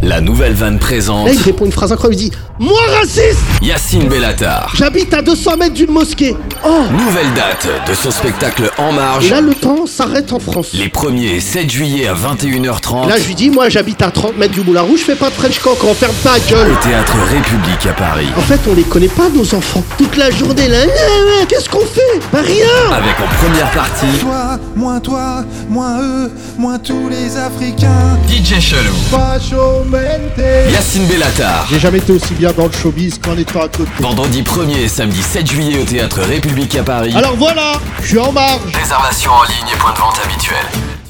La nouvelle vanne présente Là, il répond une phrase incroyable. Il dit Moi raciste Yacine Bellatar. J'habite à 200 mètres d'une mosquée. Oh Nouvelle date de son spectacle En Et Marge. là, le temps s'arrête en France. Les 1er et 7 juillet à 21h30 Là, je lui dis Moi, j'habite à 30 mètres du Moulin Rouge, je fais pas de French Cancan, ferme ta gueule au Théâtre République à Paris. En fait, on les connaît pas, nos enfants. Toute la journée, là, Ah, ah, qu'est-ce qu'on fait Bah, rien Avec en première partie Toi, moins toi, moins eux, moins tous les Africains. DJ Chelou, Facho mente. Yacine Bellatar. J'ai jamais été aussi bien dans le showbiz qu'en étant à côté. Vendredi 1er et samedi 7 juillet au Théâtre République à Paris. Alors voilà, je suis en marge Réservation en ligne et point de vente habituel.